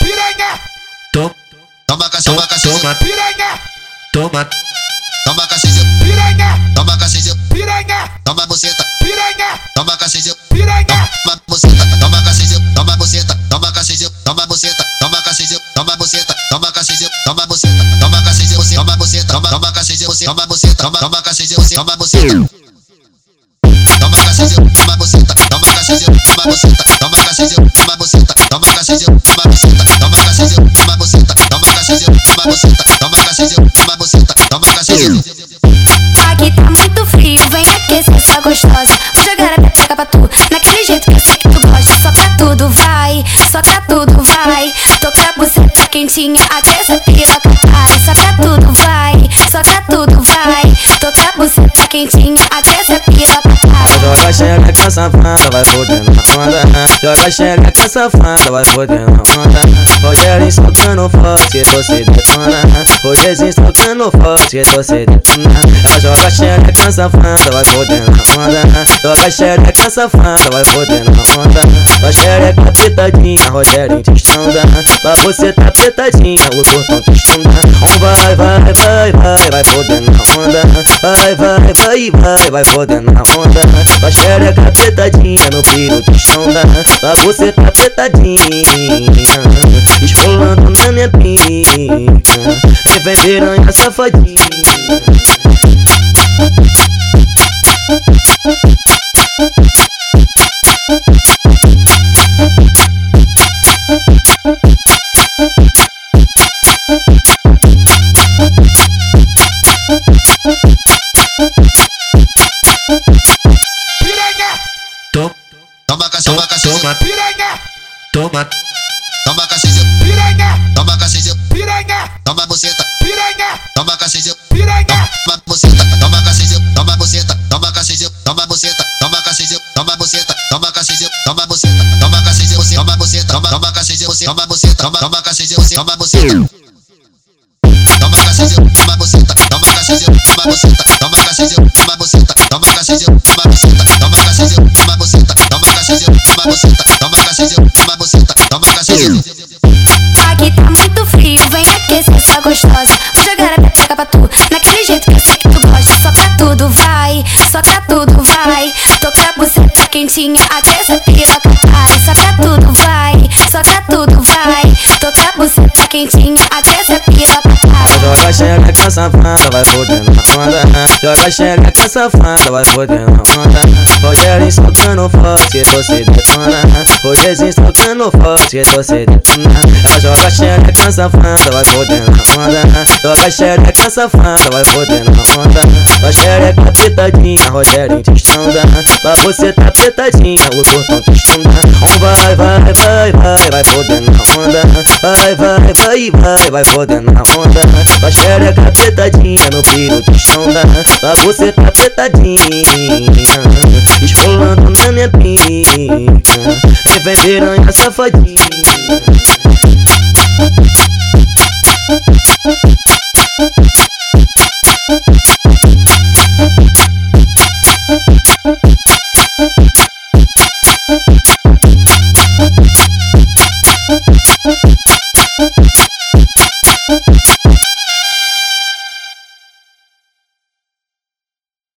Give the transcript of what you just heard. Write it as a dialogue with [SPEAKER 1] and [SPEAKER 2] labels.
[SPEAKER 1] piranha,
[SPEAKER 2] Toma,
[SPEAKER 3] Toma cacete,
[SPEAKER 2] toma,
[SPEAKER 3] toma cacete,
[SPEAKER 2] toma,
[SPEAKER 1] piranha,
[SPEAKER 2] toma,
[SPEAKER 3] toma cacete,
[SPEAKER 1] piranha,
[SPEAKER 3] toma cacete,
[SPEAKER 1] piranha,
[SPEAKER 3] toma buceta,
[SPEAKER 1] piranha,
[SPEAKER 3] toma cacete,
[SPEAKER 1] piranha.
[SPEAKER 3] toma buceta, toma cacete, toma buceta, toma cacete, toma buceta, toma cacete, toma buceta, toma cacete, toma buceta, toma cacete, você toma buceta, toma toma cacete, você toma buceta, toma toma cacete, você toma buceta. Toma cacete, toma buceta, toma cacete, toma buceta, toma cacete, toma buceta, toma cacete, toma buceta, toma cacete, toma buceta, toma cacete, toma buceta, toma cacete, toma buceta, toma cacete.
[SPEAKER 4] Aqui tá muito frio, vem aquecer essa gostosa. Vou jogar a pepeca pra tu, naquele jeito que eu sei que tu gosta. Soca tudo, vai, soca tudo, vai. Toca a buceta tá quentinha até essa piroca cai. Soca tudo, vai, soca tudo, vai. Toca a buceta tá quentinha até essa piroca cai.
[SPEAKER 5] Joga a xereca safada, vai fodendo a onda Joga a xereca safada, vai fodendo a onda Rogerinho socando forte, você detona Rogerinho socando forte, você detona Ela joga a xereca safada, vai fodendo a onda Joga a xereca safada, vai fodendo a onda Tua xereca apertadinha, Rogerinho te estronda Tua você tá apertadinha, o corpão te estronda Um vai, vai, vai, vai, vai fodendo a onda Vai, vai, vai, vai, vai fodendo a onda Tua xereca apertadinha no piro te estronda Tua você tá apertadinha Esfolando na minha pica E vem piranha safadinha
[SPEAKER 1] Piranha,
[SPEAKER 2] toma,
[SPEAKER 3] Toma cacete,
[SPEAKER 2] toma,
[SPEAKER 3] toma cacete,
[SPEAKER 2] toma,
[SPEAKER 1] piranha,
[SPEAKER 2] toma,
[SPEAKER 3] toma cacete,
[SPEAKER 1] piranha,
[SPEAKER 3] toma cacete,
[SPEAKER 1] piranha,
[SPEAKER 3] toma buceta,
[SPEAKER 1] piranha,
[SPEAKER 3] toma cacete.
[SPEAKER 1] piranha.
[SPEAKER 3] toma buceta, toma cacete, toma buceta, toma cacete, toma buceta, toma cacete, toma buceta, toma cacete, toma buceta, toma cacete, você toma buceta, toma toma cacete, você toma buceta, toma toma cacete, você toma buceta. Toma cacete, toma buceta, toma cacete, toma buceta, toma cacete, toma buceta, toma cacete, toma buceta, toma cacete, toma buceta, toma cacete, toma buceta, toma cacete, toma buceta, toma cacete.
[SPEAKER 4] Aqui tá muito frio, vem aquecer essa é gostosa. Vou jogar a pepeca pra tu, naquele jeito que eu sei que tu gosta. Soca tudo, vai, soca tudo, vai. Toca a buceta tá quentinha até essa piroca cai. Soca tudo, vai, soca tudo, vai. Toca a buceta tá quentinha até essa piroca cai.
[SPEAKER 5] Joga a xereca safada, vai fodendo a onda Joga a xereca safada, vai fodendo a onda Rogerinho socando forte, você detona Rogerinho socando forte, você detona Ela joga a xereca safada, vai fodendo a onda Joga a xereca safada, vai fodendo a onda Tua xereca apertadinha, Rogerinho te estronda Tua você tá apertadinha, o corpão te estronda Um vai, vai, vai, vai, vai fodendo a onda Vai, vai, vai, vai, vai fodendo a onda Tua xereca apertadinha no piro te estronda Tua você tá apertadinha Esfolando na minha pica E vem piranha safadinha